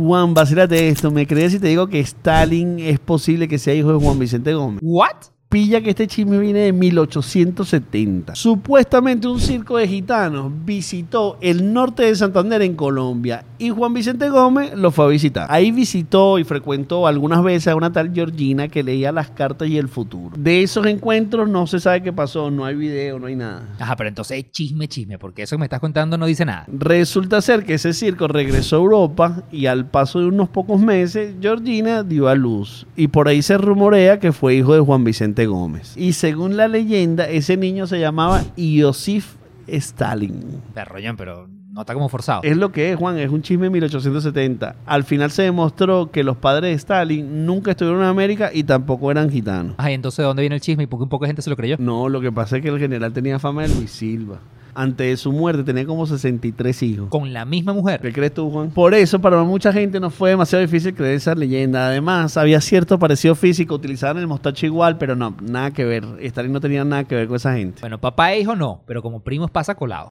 Juan, vacílate esto. ¿Me crees si te digo que Stalin es posible que sea hijo de Juan Vicente Gómez? ¿What? Pilla que este chisme viene de 1870. Supuestamente un circo de gitanos visitó el norte de Santander en Colombia y Juan Vicente Gómez lo fue a visitar. Ahí visitó y frecuentó algunas veces a una tal Georgina que leía las cartas y el futuro. De esos encuentros no se sabe qué pasó, no hay video, no hay nada. Ajá, pero entonces es chisme, chisme, porque eso que me estás contando no dice nada. Resulta ser que ese circo regresó a Europa y al paso de unos pocos meses, Georgina dio a luz. Y por ahí se rumorea que fue hijo de Juan Vicente Gómez. Y según la leyenda, ese niño se llamaba Iosif Stalin. Perroñón, pero no está como forzado. Es lo que es, Juan, es un chisme de 1870. Al final se demostró que los padres de Stalin nunca estuvieron en América y tampoco eran gitanos. Ay, entonces, ¿de dónde viene el chisme? ¿Y por qué un poco de gente se lo creyó? No, lo que pasa es que el general tenía fama de Luis Silva. Antes de su muerte tenía como 63 hijos. Con la misma mujer. ¿Qué crees tú, Juan? Por eso, para mucha gente no fue demasiado difícil creer esa leyenda. Además, había cierto parecido físico, utilizaban el mostacho igual, pero no, nada que ver. Stalin no tenía nada que ver con esa gente. Bueno, papá e hijo no, pero como primos pasa colado.